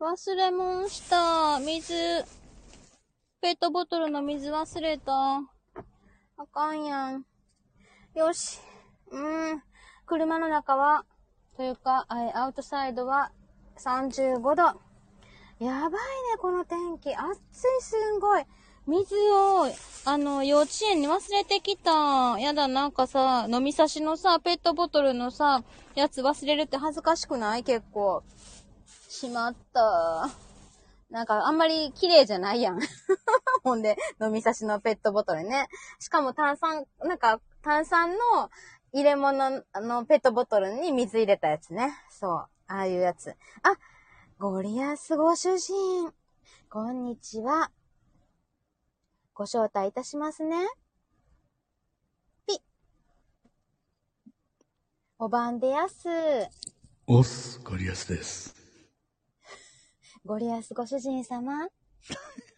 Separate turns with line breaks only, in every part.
忘れもんした。水。ペットボトルの水忘れた。あかんやん。よし。うーん。車の中は、というか、あアウトサイドは35度。やばいね、この天気。暑い、すんごい。水を、あの、幼稚園に忘れてきた。やだ、なんかさ、飲み差しのさ、ペットボトルのさ、やつ忘れるって恥ずかしくない結構。しまった。なんか、あんまり綺麗じゃないやん。 ほんで、飲み差しのペットボトルね。しかも炭酸、なんか、炭酸の入れ物のペットボトルに水入れたやつね。そう。ああいうやつ。あ、ゴリアスご主人。こんにちは。ご招待いたしますね。ピッ。おばんでやす。
オス、ゴリアスです。
ゴリアスご主人様。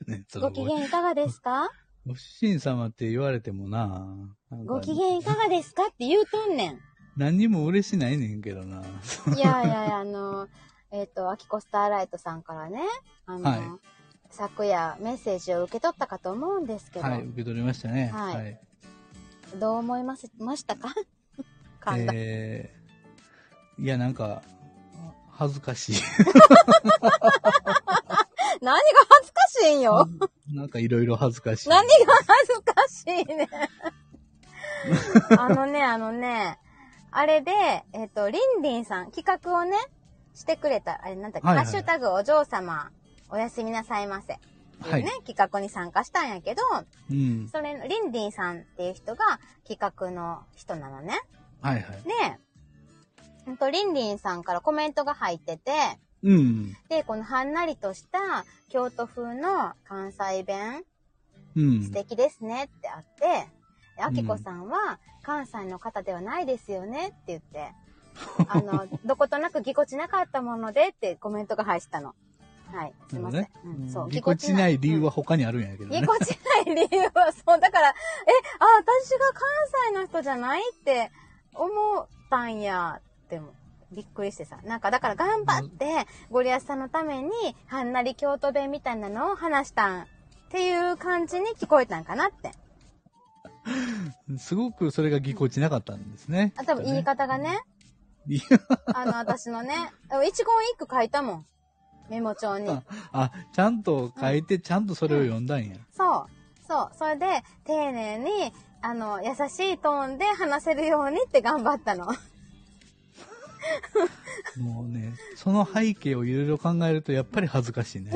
ね、そ
ご
の
機嫌いかがですか
ご主人様って言われてもななんか
ご機嫌いかがですかって言うとんねん。
何にも嬉しないねんけどな。そう
いやいやいや、あの、 えっ、と、アキコスターライトさんからね、あの、
はい
昨夜メッセージを受け取ったかと思うんですけど、
はい、受け取りましたね。
はいどう思いますましたか噛んだ、
えー、いや、なんか、恥ずかしい。
何が恥ずかしいんよ
なんかいろいろ恥ずかしい。
何が恥ずかしいねあのね、あのね、あれで、えっ、と、リンリンさん、企画をね、してくれた、あれなんだっけ、
はいはい
ハッシュタグお嬢様、おやすみなさいませ。っていう
はい
ね、企画に参加したんやけど、
うん。
それの、リンディンさんっていう人が企画の人なのね。
はいはい。
で、うんと、リンディンさんからコメントが入ってて、
うん。
で、このはんなりとした京都風の関西弁、
うん。
素敵ですねってあって、で
ん
あきこさんは関西の方ではないですよねって言って、あ の、どことなくぎこちなかったものでってコメントが入ってたの。はい、すいません。
なるほどね
うん、そう、
ぎこちない理由は他にあるんやけどね。
ぎこちない理由は、そう、だから、え、あ、私が関西の人じゃないって思ったんや、でも、びっくりしてさ。なんか、だから頑張って、ゴリアスさんのために、はんなり京都弁みたいなのを話したん、っていう感じに聞こえたんかなって。
すごくそれがぎこちなかったんですね。
あ、多分言い方がね、
いや
あの、私のね、あ一言一句書いたもん。メモ帳に。
あ、ちゃんと書いて、ちゃんとそれを読んだんや。
そう。そう。それで、丁寧に、あの、優しいトーンで話せるようにって頑張ったの。
もうね、その背景をいろいろ考えると、やっぱり恥ず かしいね。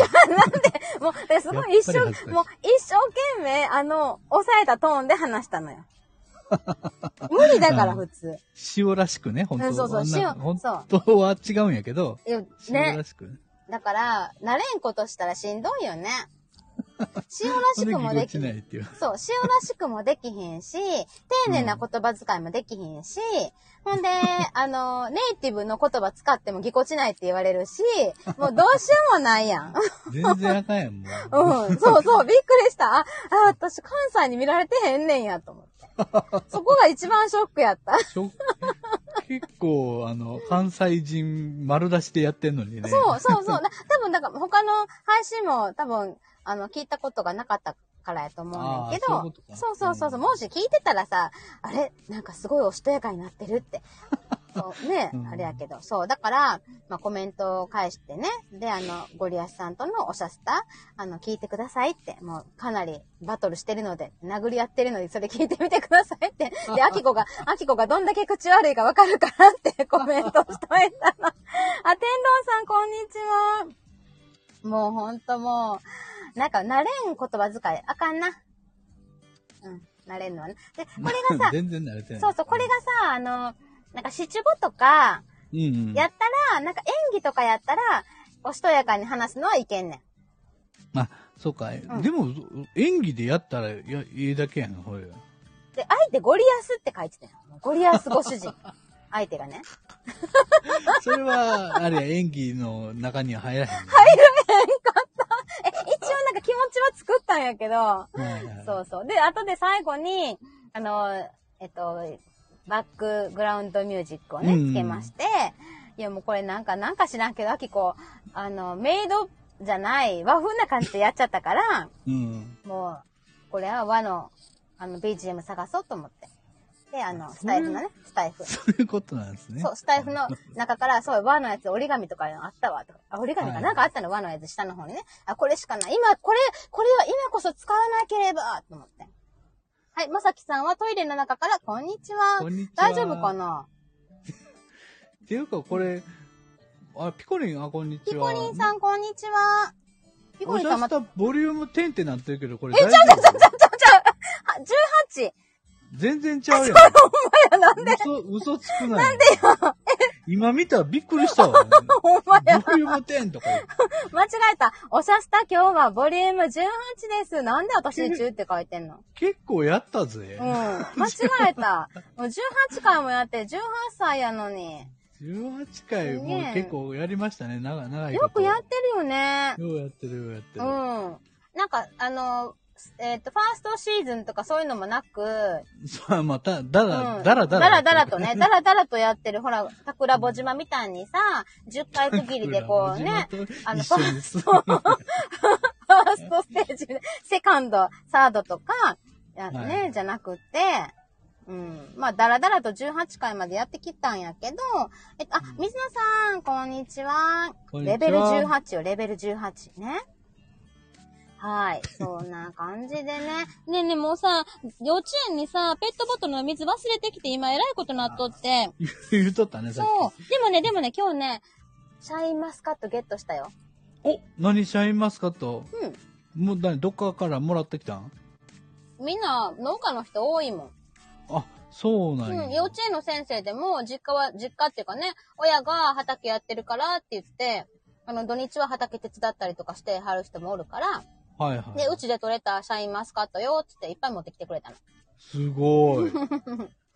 もう、ですごい
や
一生
っぱり恥ずかし、い
もう一生懸命、あの、抑えたトーンで話した のよ。無理だから、
う
普
ん
通。
塩らしくね、本当
うんそうそう
あんな
塩
本
そう
当は違うんやけど、
いや
塩
ね
ら。しくね。
だから、慣れんことしたらしんどい よね。塩らしくも
ほんで
で
ぎこ
き
ち
ひん
ないっていう。
そう、塩らしくもできひんし、丁寧な言葉遣いもできひんし、ほ んで、あの、ネイティブの言葉使ってもぎこちないって言われるし、もうどうしようもないやん。
全然あかんやん、も う。
うん、そうそう、びっくりした。あ、あ、私関西に見られてへんねんや、と思 って。そこが一番ショックやった。
しょ結構、あの、関西人丸出しでやってんのにね。
そうそうそう。な多分、なんか他の配信も多分、あの、聞いたことがなかったからやと思うねんけ
あーそうい
ど
うこと、か
そうそうそうそう、
うん
もし聞いてたらさ、あれなんかすごいおしとやかになってるって。そうね、
うん
あれやけど。そう、だから、まあ、コメントを返してね。で、あの、ゴリアスさんとのおしゃスタ、あの、聞いてくださいって、もう、かなりバトルしてるので、殴り合ってるので、それ聞いてみてくださいって。で、アキコが、アキコがどんだけ口悪いかわかるからっ てコメントしてたの。あ、天童さん、こんにちは。もうほんともう、なんか慣れん言葉遣い、あかんな。うん、慣れんのはね。で、これがさ、
全然慣れてない。
そうそう、これがさ、あの、なんか七五とか、
うんうん。
やったら、なんか演技とかやったら、おしとやかに話すのはいけんねん。
あ、そうか。
ん
でも、演技でやったら、や、ええだけやん、これ。
で、相手ゴリアスって書いてたよ。ゴリアスご主 人。相手がね。
それは、あれや、演技の中には入らへん。
え、一応なんか気持ちは作ったんやけど、
はいはい
そうそう。で、後で最後に、あの、えっと、バックグラウンドミュージックをね、
うん
つけまして、いやもうこれなんか、なんか知らんけど、あきこ、あの、メイドじゃない、和風な感じでやっちゃったから、
うん。
もう、これは和の、あの、BGM 探そうと思って。で、あの、スタイフのね、スタイフ。
そういうことなんですね。
そう、スタイフの中から、そう、和のやつ、折り紙とかあったわ、とか。あ、折り紙か、
はい
なんかあったの、和のやつ、下の方にね。あ、これしかない。今、これ、これは今こそ使わなければ、と思って。はい、まさきさんはトイレの中から、こんにちは。
こんにちは
大丈夫かな
っていうか、これ、あ、ピコリン、あ、こんにち
ピコ
は。
リンさん、こんにちは。ピコ
お
リン
じ
さ
ゃ
ん
し
また、
た
は
ボリューム10ってなってるけど、これ大丈夫
18。え、
全然ちゃうやん。
お前らなんで、
嘘、嘘つくない。なんでよ。今見たらびっくりしたわ。
お前ら、
ボリューム10とか。
間違えた。おしゃスタ今日はボリューム18です。なんで私に10って書いてん の
結構やった
う
ぜ
ん。。間違えた。もう18回もやって、18歳やのに。
18回
すげえ
も結構やりましたね。長長いこ
よ
と。
くやってるよね。
ようやってる、ようやって
うん。
る。
なんか、あの、えっ、と、ファーストシーズンとかそういうのもなく、
まあまあ、た、だ
う
ら、
ん
だら
だ
だら。
らだらとね、だらだらとやってる、ほら、桜ぼ島みたいにさ、10回区切りでこうね、あの
一緒にそう。
ファーストステージで、セカンド、サードとか、やね、
はい
じゃなくて、うん。まあ、だらだらと18回までやってきたんやけど、えっと、あ、水野さん、こんにちは。
こんにち
レ
は
ベル18よ、レベル18ね。はい。そんな感じで ね。
ねえねえ、もうさ、幼稚園にさ、ペットボトルの水忘れてきて今偉いことなっとって。
言うとったね、さ
そ
っ
う。 でもね、でもね、今日ね、
シャインマスカットゲットしたよ。
き。お何しゃいますかと。
うん。
もう、だどっかからもらってきたん
みんな、農家の人多いもん。
あ、そうなんや。
うん、幼稚園の先生でも、実家は、実家っていうかね、親が畑やってるからって言って、あの、土日は畑手伝ったりとかしてはる人もおるから、
はいはい。
で、うちで採れたシャインマスカットよ、つっていっぱい持ってきてくれたの。
す ごい。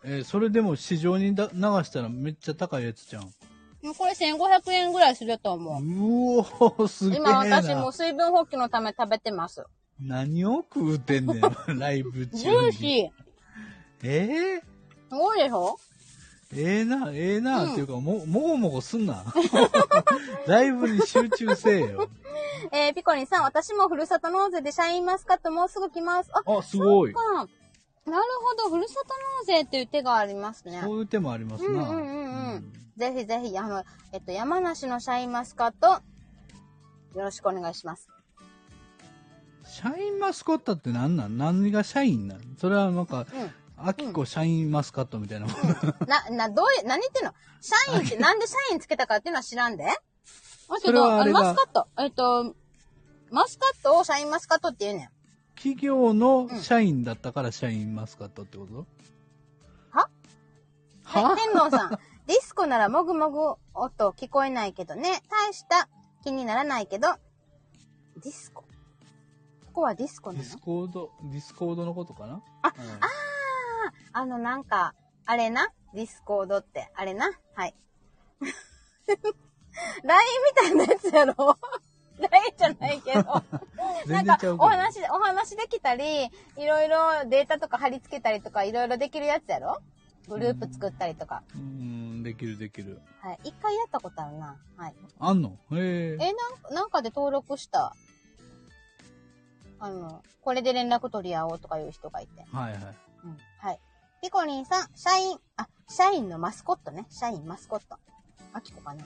えーそれでも市場にだ流したらめっちゃ高いやつじゃん。う
もうこれ1500円ぐらいすると思う。
おー、すげえな。
今私もう水分補給のため食べてます。
何を食うてんね ん、ライブ中に。
ジューシー。
えー、
すごいでしょ
ええな、ええな、っていうか、も、もごもごすんな。 ライブに集中せえよ。
えー、ピコリンさん、私もふるさと納税でシャインマスカットもうすぐ来ます。あ、
あ、すごい。
そっか。なるほど、ふるさと納税っていう手がありますね。
そういう手もありますな。
うんうんうんう
うん
ん。ぜひぜひ、あの、えっと、山梨のシャインマスカット、よろしくお願いします。
シャインマスカットって何なん何がシャインなんそれはなんか、
う
アキコシャインマスカットみたいなもん。
ん。な、な、どういう、何言ってんのシャインって、なんでシャインつけたかっていうのは知らんで
だ
そ
け
れ
ど、
はあ
あ
れ
の
だ
マスカット。
えっと、マスカットをシャインマスカットって言うねん。
企業の社員だったから社員マスカットってこと
はは、
はい
天皇さん。ディスコならもぐもぐ音聞こえないけどね。大した気にならないけど。ディスコここはディスコ
デ
な
ィ
の
スコード、ディスコードのことかな
あ、
うん
あの、なんか、あれな、ディスコードって、あれな、はい。LINE みたいなやつやろ ?LINE じゃないけど。な
全
ん
然
か
ちゃうけど、
お話、お話できたり、いろいろデータとか貼り付けたりとか、いろいろできるやつやろグループ作ったりとか。
うん、できるできる。
はい。一回やったことあるな。はい。
あんの
え、
へえ。
なんなんかで登録した。あの、これで連絡取り合おうとかいう人がいて。
はいはい。
うんはい。ピコリンさん、社員、あ、社員のマスコットね。社員マスコット。あきこかな。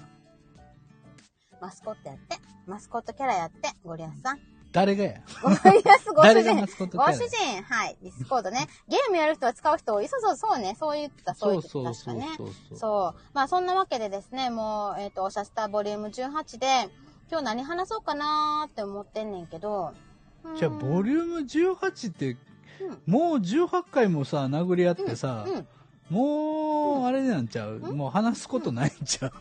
マスコットやって、マスコットキャラやって、ゴリアスさん。
誰がや
ゴリアス、ご主
誰がマ
人。
スコットキャ
ご
ラ
主人、はい。ディスコードね。ゲームやる人は使う人多い。そうそうそうね。そう言ってた、そう
そ
言っ
う
てた。
そう
確か
そう
ね。
そうそう。
そう。まあそんなわけでですね、もう、えっ、と、おしゃスターボリューム18で、今日何話そうかなーって思ってんねんけど。
じゃあ、ボ
リ
リューム18って
うん、
もう18回もさ、殴り合ってさ、
うん。
もう、あれなんちゃうもう話すことないんちゃう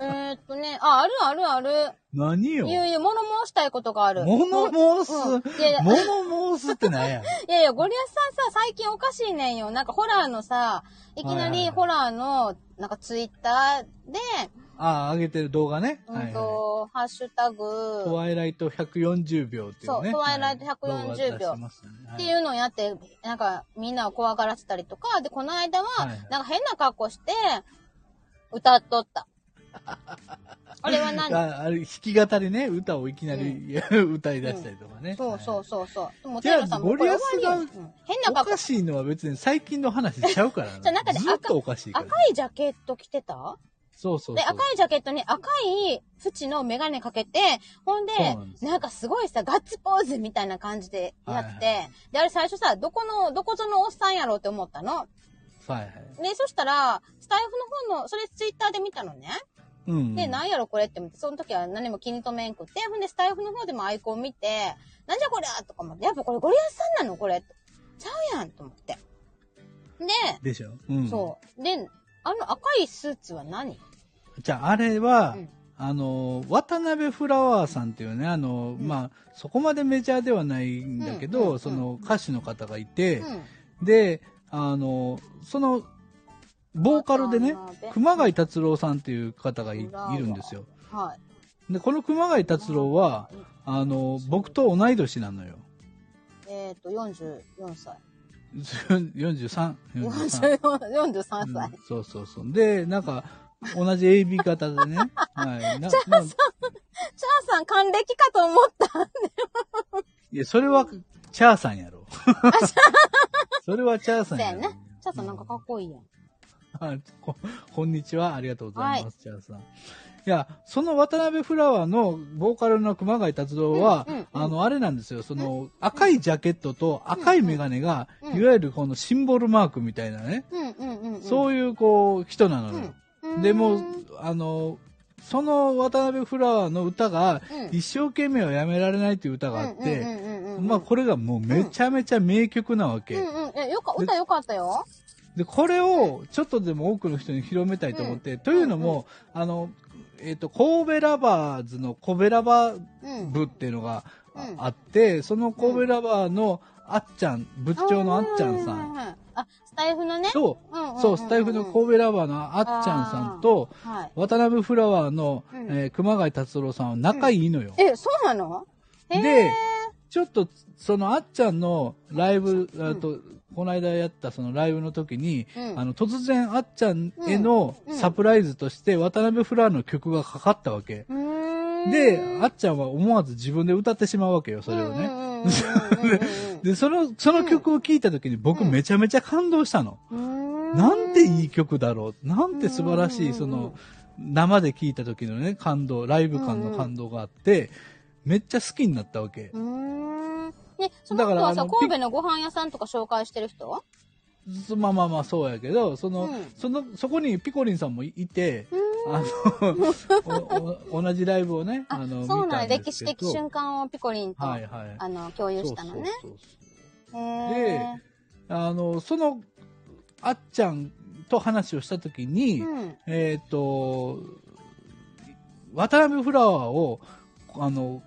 えーっとね、あ、あるあるある。
何よ
いやいや、物申したいことがある。うん
物申
うん
す
いやいや
物申すって なん
い
や
やいや、ゴリアスさんさ、最近おかしいねんよ。なんかホラーのさ、いきな
はいはいは
り
い
ホラーの、なんかツイッターで、
ああ、上げてる動画ね。
う
は
ん
いはい。
と、ハッシュタグ、
トワイライト140秒っていう
そ
ね。
うトワイライト
はい
140秒
動画出してますねはい
っていうのをやって、なんかみんなを怖がらせたりとか、で、この間は
はいはい、
な んか変な格好して、歌っとった。あれは何
ああれ、弾き語りね、歌をいきなり、 歌い出したりとかね。
そうそうそうそう。でも、
じゃあ
テラさんもこれ終わりよ
ゴリアス
うん変な
お
格好
か。しいのは別に最近の話ちゃうから
じゃあなんかね
ずっとおかしいから。
赤いジャケット着てた
そうそう
で、
そう。
赤いジャケットに赤い縁のメガネかけて、ほんで
そうなんで、す
なんかすごいさ、ガッツポーズみたいな感じでやってて、
はいは
で、あれ最初さ、どこの、どこぞのおっさんやろうって思ったの。
はいはい。
で、そしたら、スタイフの方の、それツイッターで見たのね。
うん。
で、なんやろこれって思って、その時は何も気に留めんくって、ほんでスタイフの方でもアイコン見て、なんじゃこりゃとか思って、やっぱこれゴリアスさんなのこれ。ちゃうやんと思って。で、
でしょうん。
そう。で、あの赤いスーツは何
じゃあ、あれは、
うん
あの、渡辺フラワーさんっていうね、あの、
うん
まあ、そこまでメジャーではないんだけど、
うんうんうん
その歌手の方がいて、
うん。
で、あの、その、ボーカルでね
渡辺、
熊谷達郎さんっていう方がい
フラワー
いるんですよ。
はい。
で、この熊谷達郎は、あの、僕と同い年なのよ。
えっ、と、44歳。
43。43
44 43歳。
うんそうそうそう。で、なんか、同じ AB 型で ね。はい。なまあ
チャーさん還暦かと思った。
いや、それは、チャーさんやろ。 それはチャーさ
そ
ん
うやん
やろ。
な。チャーさんなんかかっこいいやん。
あここんにちは。ありがとうございます、チャーさん。いや、その渡辺フラワーのボーカルの熊谷達郎は、
うんうんうん
あの、あれなんですよ。その、赤いジャケットと赤いメガネが、
うん
いわゆるこのシンボルマークみたいなね、
うんうんうん、うん。
そういうこう、人なのよ。
うん
で
う、
もうんあの、その渡辺フラワーの歌が、
うん
一生懸命はやめられないっていう歌があっ
うん
て、
うんうんうん、
まあこれがもうめちゃめちゃ名曲なわけ。
うんうん。え、よか、歌よかったよ。
で、これをちょっとでも多くの人に広めたいと思って、というのも、あの、えっ、と、神戸ラバーズの神戸ラバー
うん。
部っていうのがあ
うん
あって、その神戸ラバーのあっちゃん、部長のあっちゃんさ
はい
ん
はいはい。あ、スタイフのね。
と、
うんんんん
そう、スタイフの神戸ラバーのあっちゃんさんと、
はい。
渡辺フラワーの、
うん
えー熊谷達郎さんは仲いいのよ。
え、そうなのへー
で、ちょっと、そのあっちゃんのライブ、
ん
あと、この間やったそのライブの時に、
うん
あの、突然あっちゃんへの
うんうん
サプライズとして渡辺フラワーの曲がかかったわけ。
うーん。
で、あっちゃんは思わず自分で歌ってしまうわけよ、それを
うん
ね。
うんうんうんうんうん
で、その、その曲を聴いた時に僕
うん
めちゃめちゃ感動したの。
う ーん。
なんていい曲だろう。なんて素晴ら
うんうん
し
う
い、
ん
その、生で聴いた時のね、感動、ライブ感の感動があって、めっちゃ好きになったわけ
う。ーん。ね、その人
だから
は
あ
さ、
の
神戸のご飯屋さんとか紹介してる人
そまあまあまあ、そうやけど、そ
う
の、
ん
その、そこにピコリンさんもいいて、あの、おお同じライブをね、
あ、
あの、
そうなの
見たんで
歴
す
史
けど
的瞬間をピコリンと、
はいはい。
あの、共有したのね。
そうそうそう
へ
で
ー、
あの、その、あっちゃんと話をしたときに、
うん。
えっ、と、渡辺フラワーを、あの、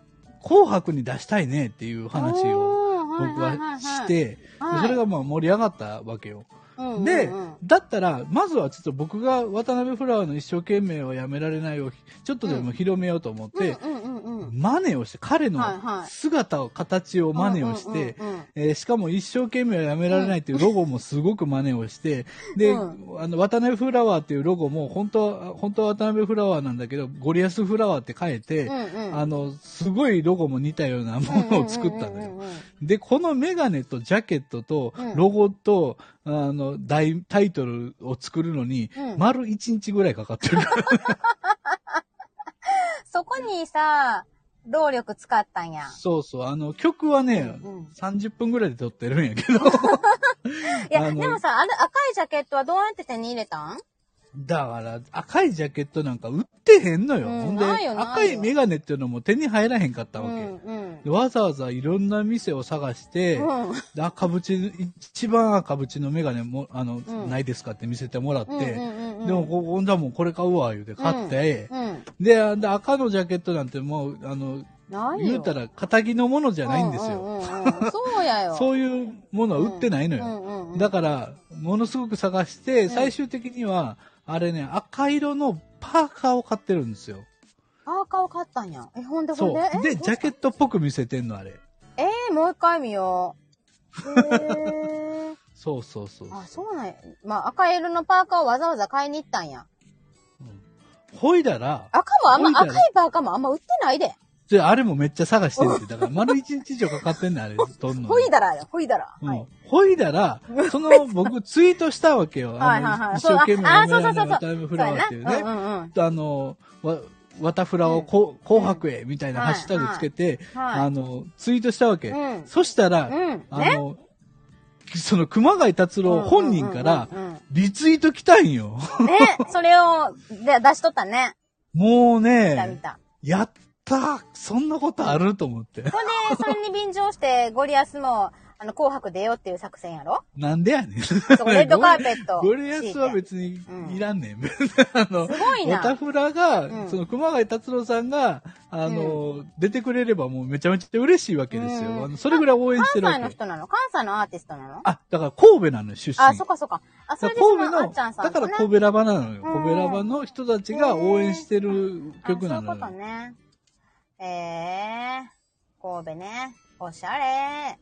紅白に出したいねっていう話を
おー
僕
いいい
はいして、、で
はい
それがまあ盛り上がったわけよ。
うんうんうん
で、だったら、まずはちょっと僕が渡辺フラワーの一生懸命はやめられないを、ちょっとでも広めようと思って、
うんうんうんうん。
真似をして、彼の
はいはい
姿を、形を真似をして
う、んうんうんうん
えーしかも一生懸命はやめられないっていうロゴもすごく真似を して、で、
う
あの、渡辺フラワーっていうロゴも本当は、本当は渡辺フラワーなんだけど、ゴリアスフラワーって変えて、
うんうん
あの、すごいロゴも似たようなものを作った
う
のよ。
んうんうんうん
で、このメガネとジャケットと
うん、
ロゴと、あの、題タイトルを作るのに、
うん
丸1日ぐらいかかって る。
そこにさ、労力使ったんや。
そうそう、あの、曲はね、
うんうん
30分ぐらいで撮ってるんやけ
い
ど、
や、
あ
で
の
もさ、あの赤いジャケットはどうやって手に入れたん
だから、赤いジャケットなんか売ってへんのよ。
うん
ほんで、
ないよないよ
赤いメガネっていうのも手に入らへんかった
う
わけ。
んうん。
でわざわざいろんな店を探して、
うん
で赤縁、一番赤縁のメガネも、あの、
うん
ないですかって見せてもらって、
うんうんうんうん
でも、こほんだもうこれ買うわ、言うて買って、
うん。
で、あんで赤のジャケットなんてもう、あの、
ないよ。
言うたら、仇のものじゃないんですよ。
うんうんうんうんそうやよ。
そういうものは売ってないのよ。
うんうんうん
だから、ものすごく探して、最終的には、あれね、赤色のパーカーを買ってるんですよ。
パーカーを買ったんや。え、ほんでほ
そ
んで
う。
え
で、ジャケットっぽく見せてんの、あれ。
えーもう一回見よう。へー
そうそうそう。
あ、そうなんや。まあ、赤色のパーカーをわざわざ買いに行ったんや。
うんほいだら、
赤もあんま、
多いから
赤いバーカもあんま売ってないで。
であれもめっちゃ探してるって。 だから丸一日以上かかってんねん、あれ、撮んのに。
ほいだらよ、ほいだら。
う
は
ん
い。。
ほいだら、その僕ツイートしたわけよ。
は
あ
いはいは
の、
い。
一生懸命
ああ、
や
そう
り
そ
な
うそう
が
そ
ら
う。
タイムフラワーっていう
そうや
ね
な。うんうんうん。
あの、わ、わたふらをこう紅白へみたいなハッシュタグつけて、
はいはい
あの、ツイートしたわけ。
うん
そしたら、
うん
あの、その熊谷達郎本人から
うんうんうんうん、
リツイート来たんよ。
ね、それを、で、出しとったね。
もう
見た見
ね、
た。
やったそんなことあると思って。
ほんで、それに便乗して、ゴリアスも、あの、紅白出ようっていう作戦や ろ
なんでやねん。
そうレッドカーペット
ゴリアスは別にいらんねん。あの、
すごい
オタ
な。
フラが、
うん
その熊谷達郎さんが、あの、出てくれればもうめちゃめちゃ嬉しいわけですよ。
うん
あのそれぐらい応援
関
してるわ
西
け。
の人なの関西のアーティストなの
あ、だから神戸なのよ出身。
あ、そっかそっか。あ、そ
だ
れ
か
でそ
ら神戸
の、あっ
の、
ちゃん
だ
さん
から
ね
神戸ラバなのよ。
うん
神戸ラバの人たちが応援してる曲なの
あそういうこと
よ。
ね。ええ神戸ね。おしゃれ。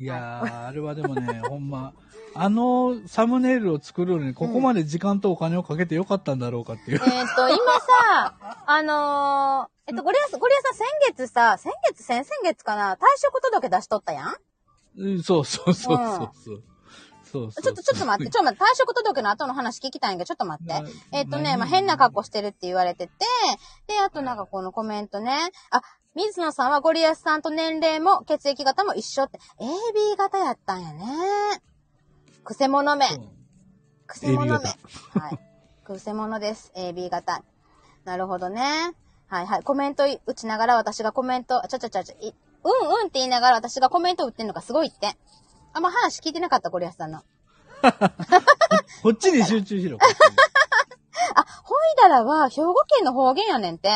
いやー、あれはでもね、 ほんま、あのサムネイルを作るのにここまで時間とお金をかけてよかったんだろうかって
え
いう
っ、。と、今 さ、あのーえっと、ゴリアス、ゴリアスさん先月さ、先月、先々月かな、退職届出しとったやん
うん、そうそうそうそうそう。そうそう
ちょっと、ちょっと待って、ちょっと待って、退職届の後の話聞きたいんやけど、ちょっと待って。えっ、とね、まあ、変な格好してるって言われてて、で、あとなんかこのコメントね、あ、水野さんはゴリアスさんと年齢も血液型も一緒って、AB 型やったんやね。くせ者め。
そう
くせ者
AB
め。
型
はい。くせ者です。AB 型。なるほどね。はいはい。コメントい打ちながら私がコメント、あちょちょちょちょ、いうんうんって言いながら私がコメント打ってんのがすごいって。あんま話聞いてなかった、ゴリアスさんの。
こっちに集中しろ。
あ、ほいだらは兵庫県の方言やね んて。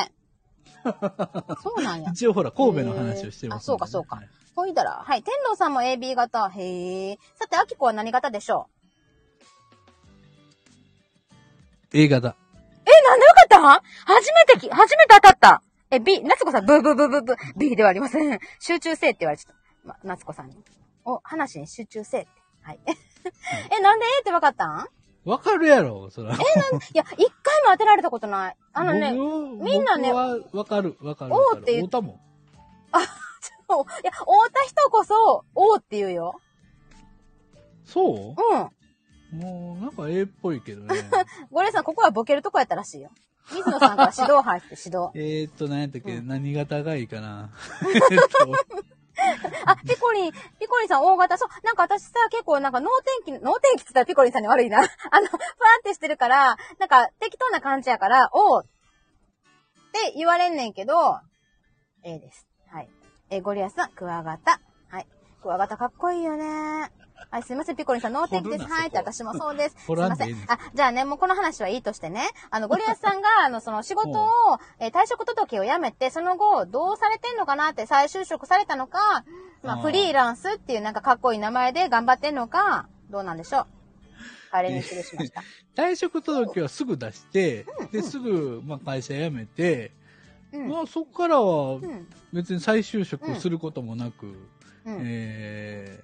そうなんや。
一応ほら、神戸の話をしてます、
あ、そうかそうか
はい。
ほいだら。はい。天童さんも AB 型。へえ。さて、あきこは何型でしょ
A 型。
うえ、なんでよかったん初めてき、初めて当たった。え、B、夏子さん、ブーブーブーブーブー、B ではありません。集中性って言われちゃった。ま、夏子さんに。お、話に集中性って。はい。 え、なんで A ってわかったん
わかるやろ、そら。
いや、一回も当てられたことない。あのね、
僕
みんなね
僕はわかる、わかる。
O って言う
太田も。
そういや、おうた人こそ、O って言うよ。
そ
うん。
うもう、なんか A っぽいけどね。。
ゴリエさん、ここはボケるとこやったらしいよ。水野さんから指導入って指導
えーっと、何やったっけ、
うん
何型がいいかな。えーっと
あ、ピコリン、ピコリンさん大型、そう、なんか私さ、結構なんか脳天気、脳天気って言ったらピコリンさんに悪いな。あ の、ふわーってしてるから、なんか適当な感じやから、おうって言われんねんけど、A です。はい。え、ゴリアスさん、クワガタ。はい。クワガタかっこいいよね。はい、すいません、ピコリンさん、脳天気です。
掘るな
はい、って
そこ
私もそう です。すい
掘ら
ま
んで
せ
いい
ん
ね。
あ、じゃあね、もうこの話はいいとしてね。あの、 ゴリアスさんが、あの、その仕事を、えー退職届を辞めて、その後、どうされてんのかなって、再就職されたのか、ま
あ
あ、
ー
フリーランスっていうなんかかっこいい名前で頑張ってんのか、どうなんでしょう。彼に失礼しま した。
退職届はすぐ出して、で、すぐ、まあ、会社辞めて、
うん。
まあ、そこからは
うん。
別に再就職することもなく、
うん。
え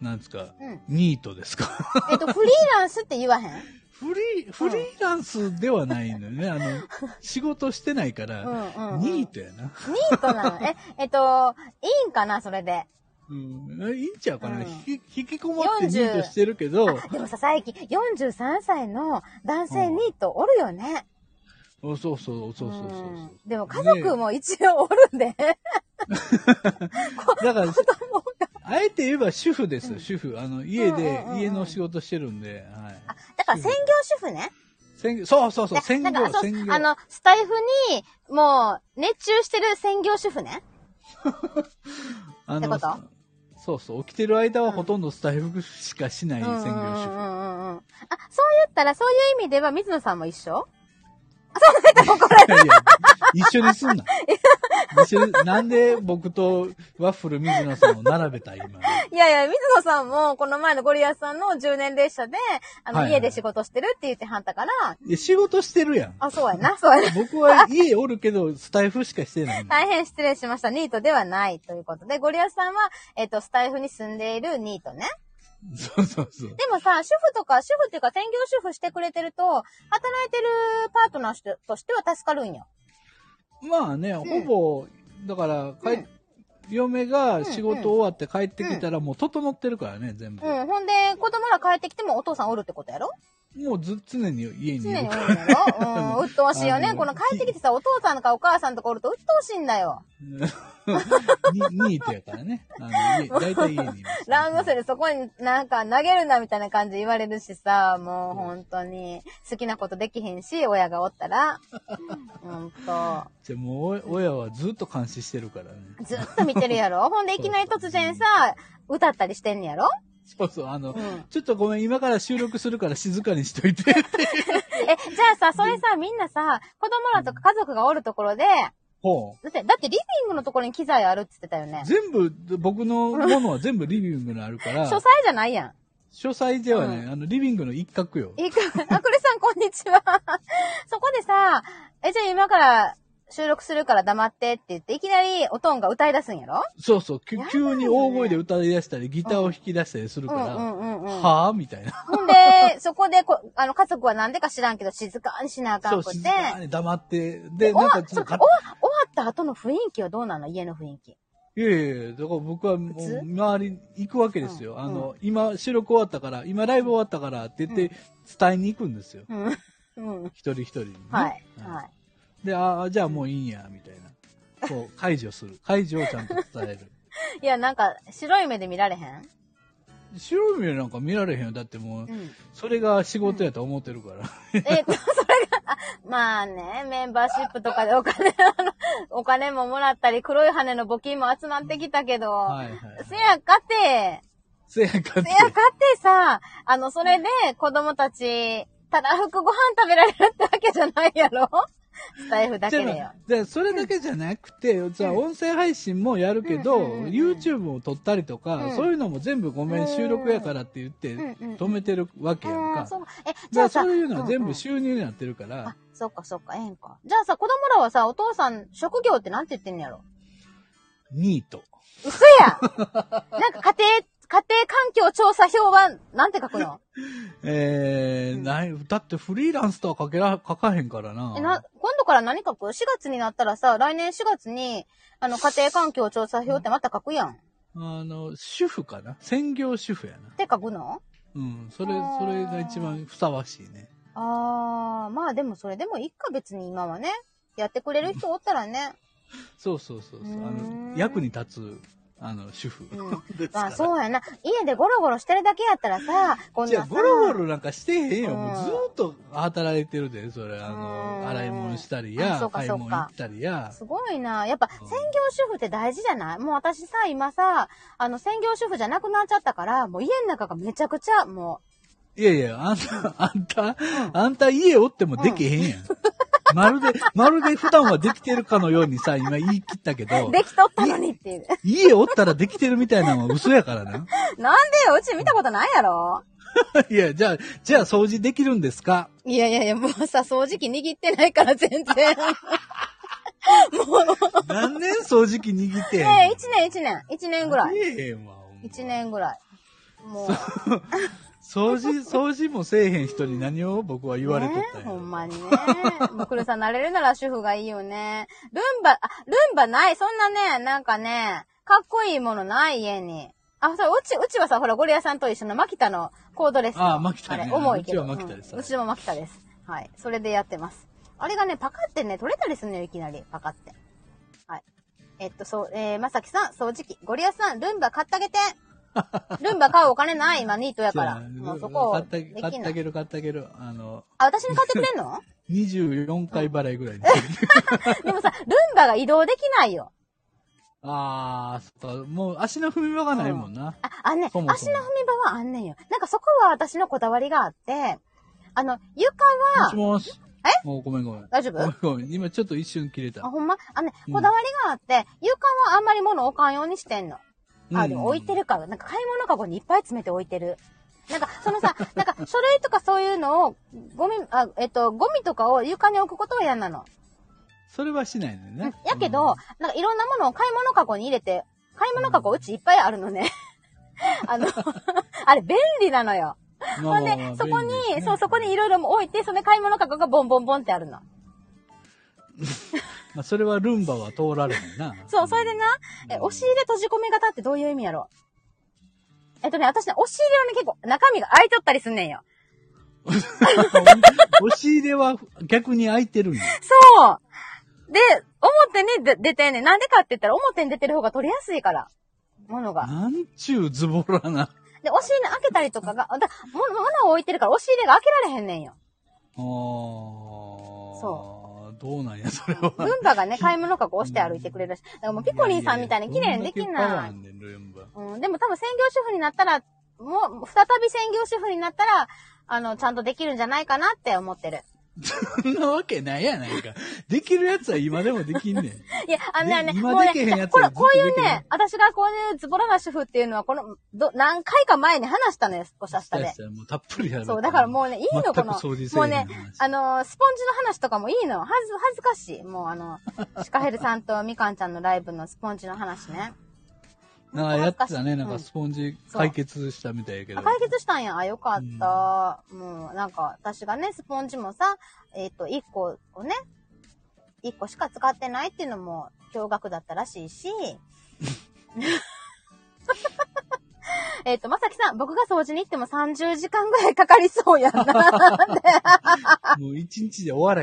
ー、なんですか、
うん
ニートですか。
えっと、フリーランスって言わへん
フリー、フリーランスではないのよ ね。あの、仕事してないか
う
ら、
んうん、うん。
ニートやな。
ニートなの。え、えっと、いいんかな、それ で。
うん。いいんちゃうかな。
うん
ひ引きこもってニートしてるけど、
でもさ、最近、43歳の男性ニートおるよね。。
おそうそう、そうそうそうそううん
でも家族
ね
も一応おるんで。
だから、あえて言えば主婦ですよ、主婦。あの、家で
うんうんうんう、ん
家の仕事してるんで、はい。
あ だから専業主婦ね。
専業そうそうそう、
だ
専
だから
業、
そう
専業。
あの、スタイフに、もう、熱中してる専業主婦ね。
あ
ってこと
そうそう、起きてる間はほとんどスタイフしかしない専業主
うんう
婦。
んうんうんうん。あ、そう言ったら、そういう意味では、水野さんも一緒あそう出た、怒られ
いやいや、一緒にすんな。一緒に、なんで僕とワッフル水野さんを並べた今。
いやいや、水野さんも、この前のゴリアスさんの10年列車で、あの、
はいはい
家で仕事してるって言ってはんたから、
いや仕事してるやん。
あ、そうや な、そうやな。
僕は家おるけど、スタイフしかしてないの。
大変失礼しました。ニートではないということで、ゴリアスさんは、えっ、と、スタイフに住んでいるニートね。
そうそうそう。
でもさ、主婦とか、主婦っていうか専業主婦してくれてると、働いてるパートナーしとしては助かるんよ。
まあね、ほぼ、だから、帰っ嫁が仕事終わって帰ってきたらもう整ってるからね、全部。
うん。ほんで、子供ら帰ってきてもお父さんおるってことやろ
もうず、常に家に
常
い
に
る
おる
か
んやろうん。うっとうしいよ
あ
ね。
の
この帰ってきてさ、お父さんとかお母さんとかおるとうっとうしいんだよ。
ら。にニートやからね。あの家大体家にいます。
ランドセルそこになんか投げるなみたいな感じ言われるしさ、もう本当に好きなことできへんし、親がおったら。ほんと。
じゃあもうお、親はずっと監視してるからね。
ずっと見てるやろほんでいきなり突然さ、歌ったりしてんねやろ
そうそう、あの、
ん
ちょっとごめん、今から収録するから静かにしとい てって。
え、じゃあさ、それさ、みんなさ、子供らとか家族がおるところで、だ
ほう。
って、だってリビングのところに機材あるって言ってたよね。
全部、僕のものは全部リビングにあるから、
書斎じゃないやん。
書斎ではね、
う
あの、リビングの一角よ。
いいか、あ、くれ さんこんにちは。 そこでさ、え、じゃあ今から収録するから黙ってって言って、いきなりおとんが歌い出すんやろ
そうそう、き急に大声で歌い出したり、ギターを弾き出したりする
う
か
んう
ら、
んうんうん。
はぁみたい な。
ほんで、そこでこ、あの、家族はなんでか知らんけど、静かにしなあか
そ
ん
う、
くて。
静
終わ
かに黙って、で、なんかちょっとか、
った後の雰囲気はどうなの家の雰囲気。
いやいやいやだから僕はも
普通
う、周りに行くわけですよ。
うん
あの、今、収録終わったから、今ライブ終わったからって言って、伝えに行くんですよ。
うん。うん。
一人一人にね、
はい。
うん
はい。
で、ああ、じゃあもういいんや、みたいな。こ う、解除する。解除をちゃんと伝える。
いや、なんか、白い目で見られへん
白目なんか見られへんよ。だって
う、
もう
ん。
それが仕事やと思ってるから。
えっと、それ が、あまあね、メンバーシップとかでお金、 あの、お金ももらったり、黒い羽の募金も集まってきたけど、
はいはい。
せやかて、
せやかって
せ。やかてさ、あの、それで子供たち、ただ服ご飯食べられるってわけじゃないや ろスタイフだけで
じゃ
よ
あ。じゃあそれだけじゃなくて、じゃあ音声配信もやるけど、
うんうんうんうん
YouTube を撮ったりとか、
うん
そういうのも全部ごめ、
うんん
収録やからって言って、
うんうん
止めてるわけやん
う
か。
ん、そう。え、じ
じゃ
ゃ
あ
あさ、
そういうのは全
うんう
部
ん
収入になってるから、
あ、そっかそっか、ええんか。じゃあさ、子供らはさ、お父さん、職業ってなんて言ってんのやろ
ニート。
嘘 やなんか家庭、家庭環境調査票は、なんて書くの
えー、ない、だってフリーランスとは書けら、書かへんからな。
え、な、今度から何書く ?4 月になったらさ、来年4月に、あの、家庭環境調査票ってまた書くやん。っ
あの、主婦かな専業主婦やな。
て書くの
うん。それ
あー、
それが一番ふさわしいね。
あー、まあでもそれでもいいか別に今はね。やってくれる人おったらね。
そうそうそうそう。
う
あ
ー
の、
ん
役に立つ、あの、主婦。
うん
ですか
ま
ら。
あそうやな。家でゴロゴロしてるだけやったらさ、こん
じ
な
ゃあ、
さ。
ゴロゴロなんかしてへんよ。
うん
もうずーっと働いてるで、それ。あ
う
の、
ん
洗い物したり
あ
や
そう、か
買い
そうか
物行ったりや。
すごいな。やっぱ、
う
専
ん
業主婦って大事じゃないもう私さ、今さ、あの、専業主婦じゃなくなっちゃったから、もう家の中がめちゃくちゃ、も
いやいや、あんた、 あんた、あんた家おってもできへんやん。まるで、まるで普段はできてるかのようにさ、今言い切ったけど
う、、できとったのにって いう。
家おったらできてるみたいなのは嘘やからな。
なんでよ、うち見たことないやろ
いや、じゃあ、じゃあ掃除できるんですか
いやいやいや、もうさ、掃除機握ってないから全然。もう、
何年掃除機握ってん
え
の
え、一年一年。一年ぐらい。
せえへんわ。ほんま
一。年ぐらい。もう、
掃除、掃除もせえへん人に何を僕は言われとっ
ね
たんや。
ほんまにね。もう、くるさん慣れるなら主婦がいいよね。ルンバ、あ、ルンバない。そんなね、なんかね、かっこいいものない家に。あ、そう、うち、うちはさ、ほら、ゴリアさんと一緒のマキタのコードレスの。
あマキタね
あれ、重いけど。
うちはマキタです
うんうちもマキタです。はい。それでやってます。あれがね、パカってね、取れたりするのよ、いきなり。パカって。はい。えっと、そう、えー、まさきさん、掃除機。ゴリアさん、ルンバ買ってあ げて。ルンバ買うお金ない、今、ニートやから。
じゃあ
もうそこを
買っ
で
た
き
買って
な
あ
い。
げる、買ってあげる。あの、
あ、私に買ってくれんの
24回払いぐらいに。
でもさ、ルンバが移動できないよ。
あー、そっか。もう足の踏み場がないもんな。
あ、あんねん
そもそも
足の踏み場はあんねんよ。なんかそこは私のこだわりがあって、あの、床
も
は
し、もし。もうごめんごめん。
大丈夫
ごめんごめん。今ちょっと一瞬切れ
あ、
た。
ほんまあのね
う、ん
こだわりがあって、床はあんまり物置かんようにしてんの。
う
あ、
ん
でも置いてるから、なんか買い物かごにいっぱい詰めて置いてる。なんか、そのさ、なんか、書類とかそういうのを、ゴミ、あ、えっと、ゴミとかを床に置くことは嫌なの。
それはしないのよね。
やけど、なんかいろんなものを買い物かごに入れて、買い物かごうちいっぱいあるのね。 あの、あれ便利なのよ。
ま
ほ
あ
ん
ま
で
あまあ、
そこに
便利で、すね
そう、そこにいろいろ置いて、その買い物かごがボンボンボンってあるの。
まあ、それはルンバは通られへんな。
そう、それでな、え、押し入れ閉じ込め型ってどういう意味やろえっとね、私ね、押し入れはね、結構中身が開いとったりすんねんよ。
押し入れは逆に開いてるんや。
そうで、表に出出てんねん。なんでかって言ったら、表に出てる方が取りやすいから。物が。
なんちゅうズボラな。
で、押し入れ開けたりとかが、だも物を置いてるから押し入れが開けられへんねんよ。
あ
そ
そう。どうなんや、それ
ル
は。
ンバがね、買い物かご押して歩いてくれるし。だからもうピコリンさんみたいに綺麗にでき
いややや
な
どんだけパワーあ
い
ん。ねんルンバ
うん、でも多分専業主婦になったら、もう、再び専業主婦になったら、あの、ちゃんとできるんじゃないかなって思ってる。
そんなわけないやないか。できるやつは今でもで きんねん。
いや、あのね、
ね
ね
今
もうね、
できへんやつ
これ、こうい
ずっ
う
とできへ
ね
ん、
私がこういうズボラな主婦っていうのは、この、ど、何回か前に話したのよ、少し明日で。
したらもうたっぷりやる。
そう、だからもうね、いいの、
全
こ
く
の、も
掃除せえへん
うね、
話
あのー、スポンジの話とかもいいの。はず、恥ずかしい。もうあの、シカヘルさんとみかんちゃんのライブのスポンジの話ね。
ああ、やってたね。なん
うん
かスポンジ解決したみたいやけど。
あ解決したんや。あ、よかった。もう、なんか、私がね、スポンジもさ、えっ、と、1個をね、1個しか使ってないっていうのも、驚愕だったらしい し、えっと、まさきさん、僕が掃除に行っても30時間ぐらいかかりそうやな。
もう一日で終わら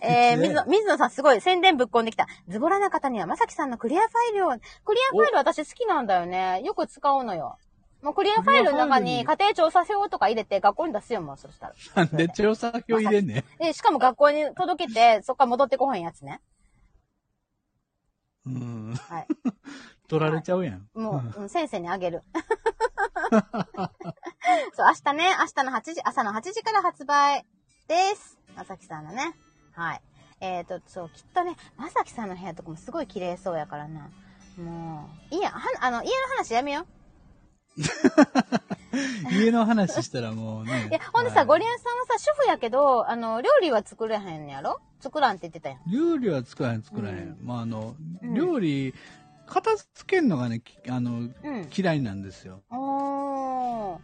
へんねん。もう
えー、水
いつ
野、水野さんすごい宣伝ぶっこんできた。ズボラな方にはまさきさんのクリアファイルを、クリアファイル私好きなんだよね。よく使うのよ。もうクリアファイルの中に
クリアファイルに
家庭調査票とか入れて学校に出すよ、もうそしたら。
なんで調査票入れんねん。
え、しかも学校に届けて、そっから戻ってこへんやつね。
うん。
はい。
取られちゃうやん。
もう、うん、先生にあげる。そう、明日ね、明日の8時、朝の8時から発売です。まさきさんのね。はい。えーと、そう、きっとね、まさきさんの部屋とかもすごい綺麗そうやからな。もう、いいや、は、あの、家の話やめよう。
家の話したらもうね。
いや、ほんでさ、
はい
ゴリアンさんはさ、主婦やけど、あの、料理は作れへんのやろ作らんって言ってたやん。
料理は作らへん作らへん、まああの、
うん
料理片付けるのがねきあの
うん。
嫌いなんですよ
おー。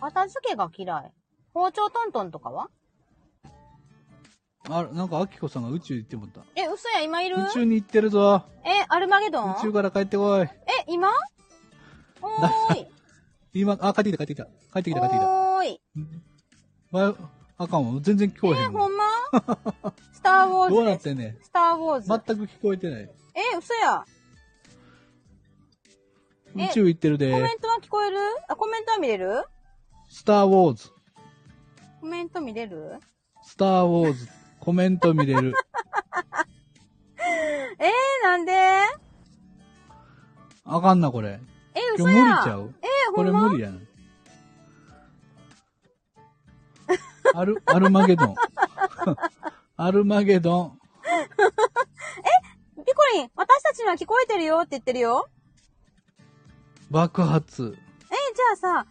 片付けが嫌い。包丁トントンとかは
あなんかあきこさんが宇宙行ってもった
え、嘘や、今いる
宇宙に行ってるぞ
え、アルマゲドン
宇宙から帰ってこい
え、今おー い。
今あ帰ってきた帰ってきた帰ってきた帰ってきた
おーい。
わあかんわ全然聞こえへ
え、
ん
ほ
わ
んま スターウォーズ
どうな
で
っ
す。
てんねん
スターウォーズ。
全く聞こえてない
え、嘘や。え
宇宙行ってる
コメ
で
ントは聞こえるあ、コメントは見れる
スター・ウォーズ
コメント見れる
スター・ウォーズコメント見れる
えー、なんで
あかんなこれ
え、嘘
今日無理
や。
ちゃう
えー、
こ
ほん
れ
ま
無理やな。アル、アルマゲドン。 アルマゲドン。
ピコリン、私たちには聞こえてるよって言ってるよ。
爆発。
えー、じゃあさ、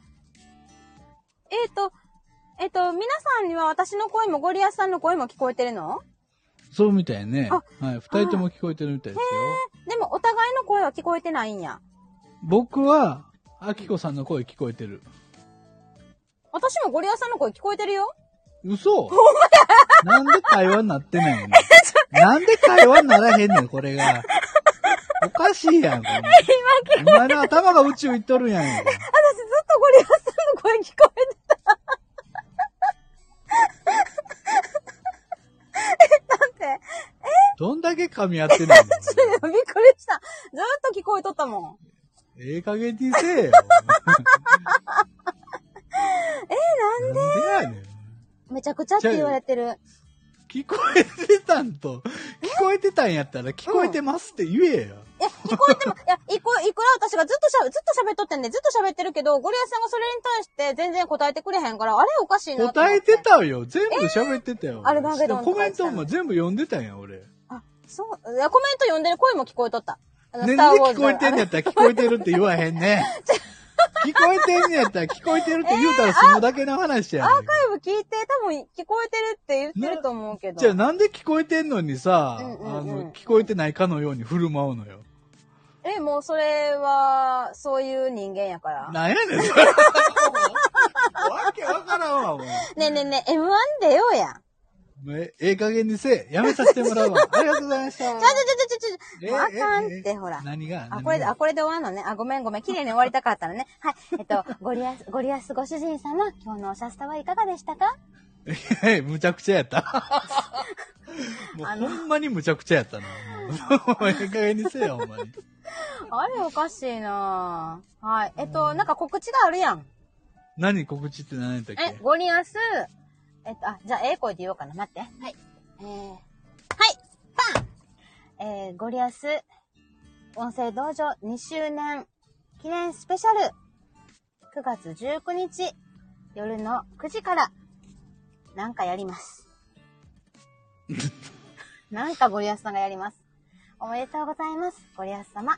えっ、ー、と、えっ、と、皆さんには私の声もゴリアスさんの声も聞こえてるの
そうみたいね。
あ
はい。二人とも聞こえてるみたいですよ。
でもお互いの声は聞こえてないんや。
僕は、アキコさんの声聞こえてる。
私もゴリアスさんの声聞こえてるよ。
嘘なんで会話になってないのなんで会話にならへんねん、これが。おかしいやん、これ。お前の頭が宇宙行っとるやん。
私ずっとゴリアスさんの声聞こえてた。え、だって、
どんだけ噛み合ってんの
ちょっとびっくりした。ずっと聞こえとったもん。
ええ加減にせ えよ。え、なんでやねん。
めちゃくちゃって言われてる。
聞こえてたんと、聞こえてたんやったら、聞こえてますって言えよ。
いや、聞こえても、いや、いくいくら私がずっとしゃべ、ずっと喋っとってんで、ずっと喋ってるけど、ゴリアスさんがそれに対して全然答えてくれへんから、あれおかしいなと思っ
答
て。
えてたよ。全部喋ってたよ。
アルマゲドン
しかもコメントも全部読んでたんや、俺。
あ、そう、いやコメント読んでる声も聞こえとった。あ
なんで聞
の
こえてんのやったら聞こえてるって言わへん ね。聞こえてんのやったら聞こえてるって言うたら済むだけの話やねん。
ライブ聞いて、多分聞こえてるって言ってると思うけど。
じゃあなんで聞こえてんのにさ、
うんうんうん
あの、聞こえてないかのように振る舞うのよ。
え、もうそれは、そういう人間やから。
なんやねん、それ。わけわからんわ、もう。
ねえねえねえ、M1 出ようや。
もうえええ加減にせえ。やめさせてもらうわ。ありがとうございました。
ちゃちゃちゃちゃちゃ、もうあ
ええ
かんっ
え
て、
え
ほら。
何が
あ、これで、あ、これで終わんのね。あ、ごめんごめん。綺麗に終わりたかった のね。はい。えっと、ゴリアス、ゴリアスご主人様、今日のおシャスタはいかがでしたか
れ。 むちゃくちゃや った。もう
あの
ほんまにむちゃくちゃやったな。もう もうええ加減にせえよ、ほんまに。
あれおかしいなぁ。はい。えっと、なんか告知があるやん。
何告知って何やったっ
え
け、
ゴリアス、えっと、あ、じゃあ、ええ声で言おうかな。待って。はい。えー、はいパンえー、ゴリアス、音声道場2周年記念スペシャル、9月19日、夜の9時から、なんかやり ます。なんかゴリアスさんがやります。おめでとうございます、ゴリアス様。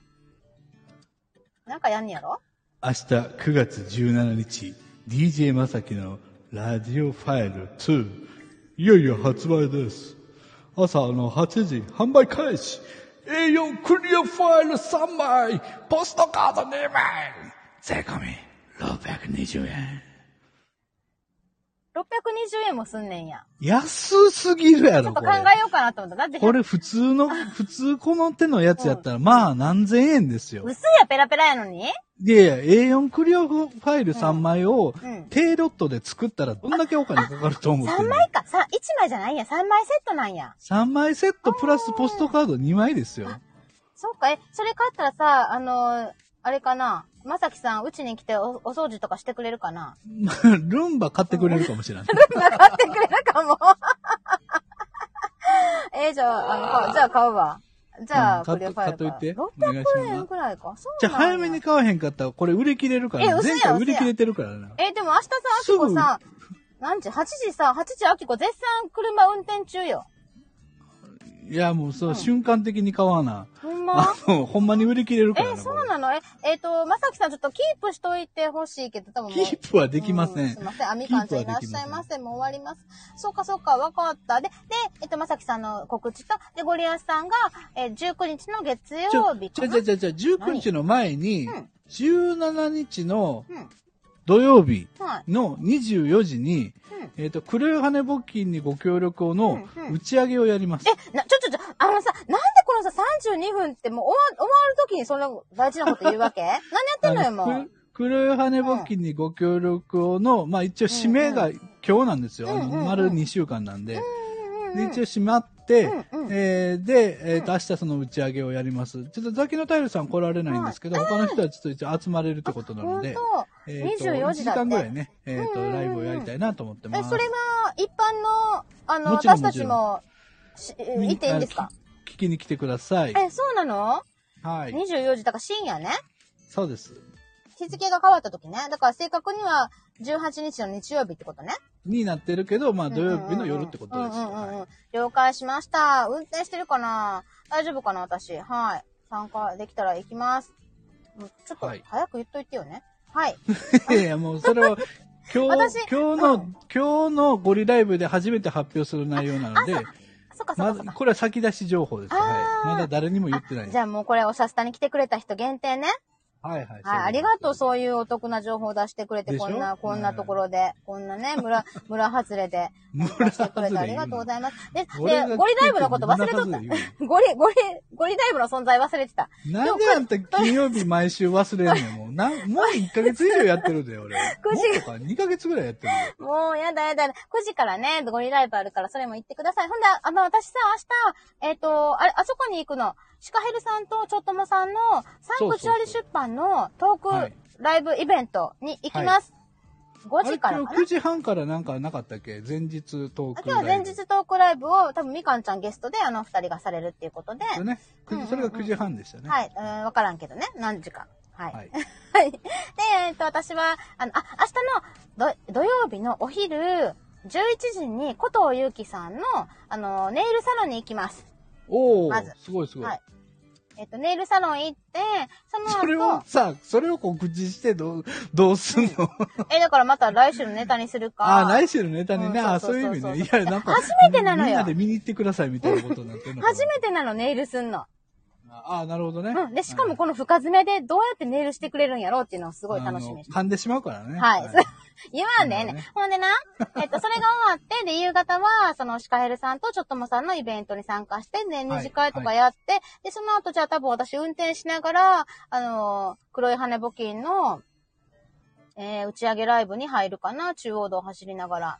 なんかやんねやろ
明日9月17日、DJ まさきのラジオファイル2、いよいよ発売です。朝の8時、販売開始 !A4 クリアファイル3枚ポストカード2枚税込み620円。
?620 円もすんねんや。
安すぎるや
ちょっと
ろ、こ
考
れ。
えようかなと思った。だって
これ普通の、普通この手のやつやったら、まあ何千円ですよ。
薄いやペラペラやのに
いやいや、A4 クリアファイル3枚を
うん、
低ロットで作ったらどんだけお金かかると思ってん
三
の
枚か。さ、一枚じゃないや。三枚セットなんや。
3枚セットプラスポストカード2枚ですよ。
そうか。え、それ買ったらさ、あのーあれかな。まさきさん、うちに来ておお掃除とかしてくれるかな。
ルンバ買ってくれるか もしれない。
買ってくれるかも。 えーじゃあ、あの、じゃあ買うわ。じゃあ、
うん買っと
クリアファイルから
買っといてお願いします
600円くらいか。そう
じゃあ
なんや
早めに。買わへんかったら、これ売り切れるか
え
ら、
嘘や
前回売
嘘
り
や
切れてるからな。
えーでも明日さ、あきこさ、何時 ?8 時さ、8時あきこ絶賛車運転中よ。
いや、もうそう、瞬間的に買わな。
ほんま
あの、ほんまに売り切れる
え
からな。
ー
こ
そう
れ
なのえ、えっ、と、まさきさんちょっとキープしといてほしいけど、多分もう
キープはできま
う
せん
すい。ません。あみかんちゃんい
キープ
ら
は
っ
でき
し
ま
ゃ
せ
い
ん
ませ。もう終わります。そうかそうか、わかった。で、で、えっ、と、まさきさんの告知と、で、ゴリアスさんが、えー、19日の月
ちょ
曜、日
ち
か
ょ
な。
ちょちょちょ、19日の前に
うん、
17日の
うん。
土曜日
はい。
の24時に、
うん。
えっ、と、クルーハネ募金にご協力をの
うんうん
打ち上げをやります。
え、な、ちょちょちょ、あのさ、なんでこのさ、32分ってもう終わ、終わるときにそんな大事なこと言うわ け何やってんのよ、
あ
も
のククルーハネ募金にご協力をの、まあ一応締めが今日なんですよ。あ
う
の
んうんうん
丸2週間なんで。
う。
で一応締まって、
うんうん
えーで、えーと、明日その打ち上げをやります。ちょっとザキのタイルさん来られないんですけど、他の人はちょっと一応集まれるってことな
ほ
の
んと
で、、えーと
24
1
時
時
だって。
間ぐらいね、えーと、
うんうんうん
ライブをやりたいなと思ってま
え、
す。
それは、一般の、あの、
もちろん
私たちも、しえ行っていいんですか
あのき聞きに来てください。
え、そうなの
はい。
?24 時、だから深夜ね。
そうです。
日付が変わった時ね。だから正確には、18日の日曜日ってことね。
になってるけど、まあ土曜日の夜ってことです。
うんうんうんう
は
ん。了解しました。運転してるかな大丈夫かな私。はい。参加できたら行きます。うんちょっと
はい、
早く言っといてよね。はい。
いいやいや、もうそれを、今日
私、
今日の、
うん
今日のゴリライブで初めて発表する内容なので、
そっかそっ
ま
かそっ
だ、
か。
これは先出し情報です。
あ
は
ー
い。まだ誰にも言ってない
じ。ゃあもうこれおしゃスタに来てくれた人限定ね。
はいはい。
はい、ありがとう、
う
そういうお得な情報を出してくれて、
でしょ
こんな、こんな
はい
ところで、こんなね、村、 村外れで、
です。
出
村
してく
外
れ
れ
てありがとうございます。で、
俺
で、
が
ゴリライブのこと忘れとった
村外。言う
ゴリ、ゴリ、ゴリライブの存在忘れてた。
のなんであんた金曜日毎週忘れんのも う、なん、もう1ヶ月以上やってるで、俺。
くじ
もっとか、2ヶ月ぐらいやってるで。
もう、やだやだ。9時からね、ゴリライブあるから、それも行ってください。ほんで、あの、私さ、明日、えっ、と、あれ、あそこに行くの。シカヘルさんとちょっともさんの、サンクチュアリ出版のトー
は
ク
い
ライブイベントに行きます。5
あれ
時から
今
か
日
な。
9時半からなんかなかったっけ前日トー
あ今
ク
日
ライ
は
ブ。
前日トークライブを多分みかんちゃんゲストであの二人がされるっていうことで、
ね。く
うんうんうん
じそれが9時半でしたね。
はい、うん、わからんけどね、何時か。はい。
は
はいい。で、えっと、私は、あの、あ、明日の土土曜日のお昼、11時に、古藤祐樹さんの、あの、ネイルサロンに行きます。
お
ま
ー
ず、
すごいすごい
は。い。えっと、ネイルサロン行って、その後、
それをさ、それを告知してどう、どうすんの、
え、だからまた来週のネタにするか。
ああ、来週のネタにね、
うん
ああ、
そ
そううい
そう
う
そう
意
そう
味ね。いや、なんか、
初めてなのよ
みんなで見に行ってくださいみたいなことになってるのかな
初めてなの、ネイルすんの。
ああ、なるほどね。
うん。で、しかもこの深爪でどうやってネイルしてくれるんやろうっていうのをす
す
ごい楽しみにして
噛んでしまうからね。
はい。 言わんでええね
なる
ん。ほん でな、えっと、それが終わって、で、夕方は、その、シカヘルさんとちょっともさんのイベントに参加して、ね、
はい
二次会とかやって、で、その後、じゃあ多分私運転しながら、あのー黒い羽根募金の、えー、打ち上げライブに入るかな、中央道を走りながら。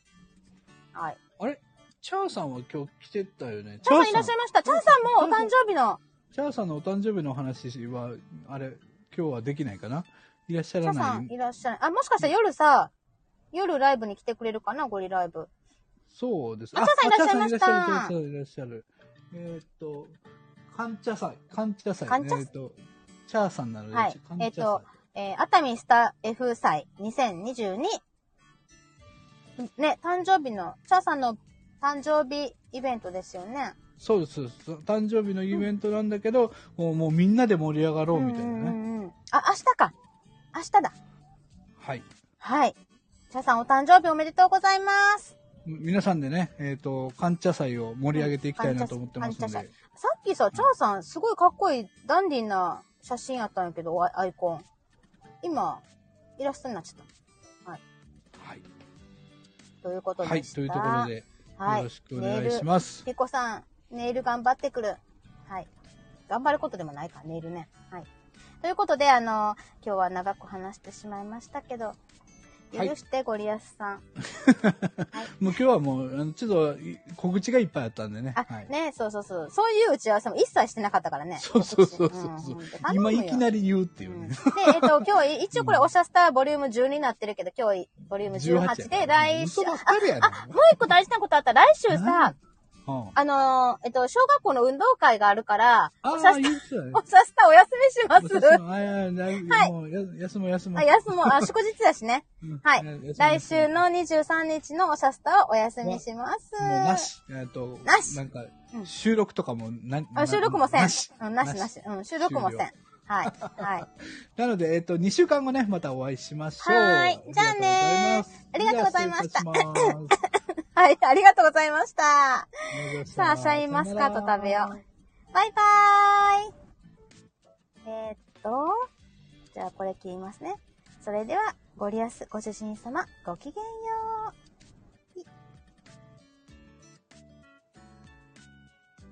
はい。
あれチャーさんは今日来てた よね。
チャンさんいらっしゃいました。チャンさんもお誕生日の、
チャーさんのお誕生日のお話は、あれ、今日はできないかないらっし
チ
ゃ
ャ
ら
ンさ
なんい
いらっしゃる。あ、もしかしたら夜さ、夜ライブに来てくれるかな、ゴリライブ。
そうです。
あチャーさんいらっしゃいました
あチャーさんいらっしゃる、チャーさんいらっしゃる。えーっと、カンチャ祭。カンチャ祭。
カンチャ
えーっと、チャーさんなので、
はい
カンチ
え
ャ祭
ーっとえー熱海スター F 祭2022。ね、誕生日の、チャーさんの誕生日イベントですよね。
そうです。そうです誕生日のイベントなんだけど、もうもうみんなで盛り上がろうみたいなね。
うんうんうん。あ、明日か。明日だ。
はい。
はい。チャーさんお誕生日おめでとうございます。
皆さんでね、えっ、と、カンチャ祭を盛り上げていきたいなと思ってますので。
カンチャ祭さっきさ、チャーさんすごいかっこいいダンディーな写真やったんやけど、アアイコン。今、イラストになっちゃっ
はい。
た。ということで
はい。
した
というところで、よ
はい
ろしくお願いします。
ピコさん、ネイル頑張ってくる。はい。頑張ることでもないか、ネイルね。はい。ということで、あの、今日は長く話してしまいましたけど、許
はい
して、ゴリアスさん。
もう今日はもう、あのちょっとい告知がいっぱいあったんでね。
あ、
はい。
ね、そうそうそう。そういう打ち合わせも一切してなかったからね。
そうそうそうそう。
んん
今いきな
り。
り言うってい
うん
う
で
ね。、
えっと、今日、一応これ、おしゃスターボリューム12になってるけど、今日、ボリューム18で、来週、
嘘ばっ
あ、
かりやな。
もう一個大事なことあった。来週さ、
うん
あのー、えっと、小学校の運動会があるから、
あ
おしゃ
あ、
ス
言ってたね
タ、お。しゃスタお休みします。
私もああなもうや休もう休もう
あ、。休もう。あ、祝日だし ね。
うん
はい
休もう
来週の23日のおシャスタはお休みします。
もうな。し。えっと、
なし
んか
うん、
収録とかもな、
あ、収録もせん。
なし。
うん、なしなし。うん、収録もせん
終了。
はい。はい。
なので、えっと、2週間後ね、またお会いしましょう。
はーいじゃあねー
ありがとうございます
あり
じゃあ失礼いたします
はい、ありがとうございました。
ありがとうございました。
さあ、シャインマスカット食べよ
さよなら
う。バイバーイ。えーっと、じゃあこれ切りますね。それでは、ご利やす、ご主人様、ごきげんよう。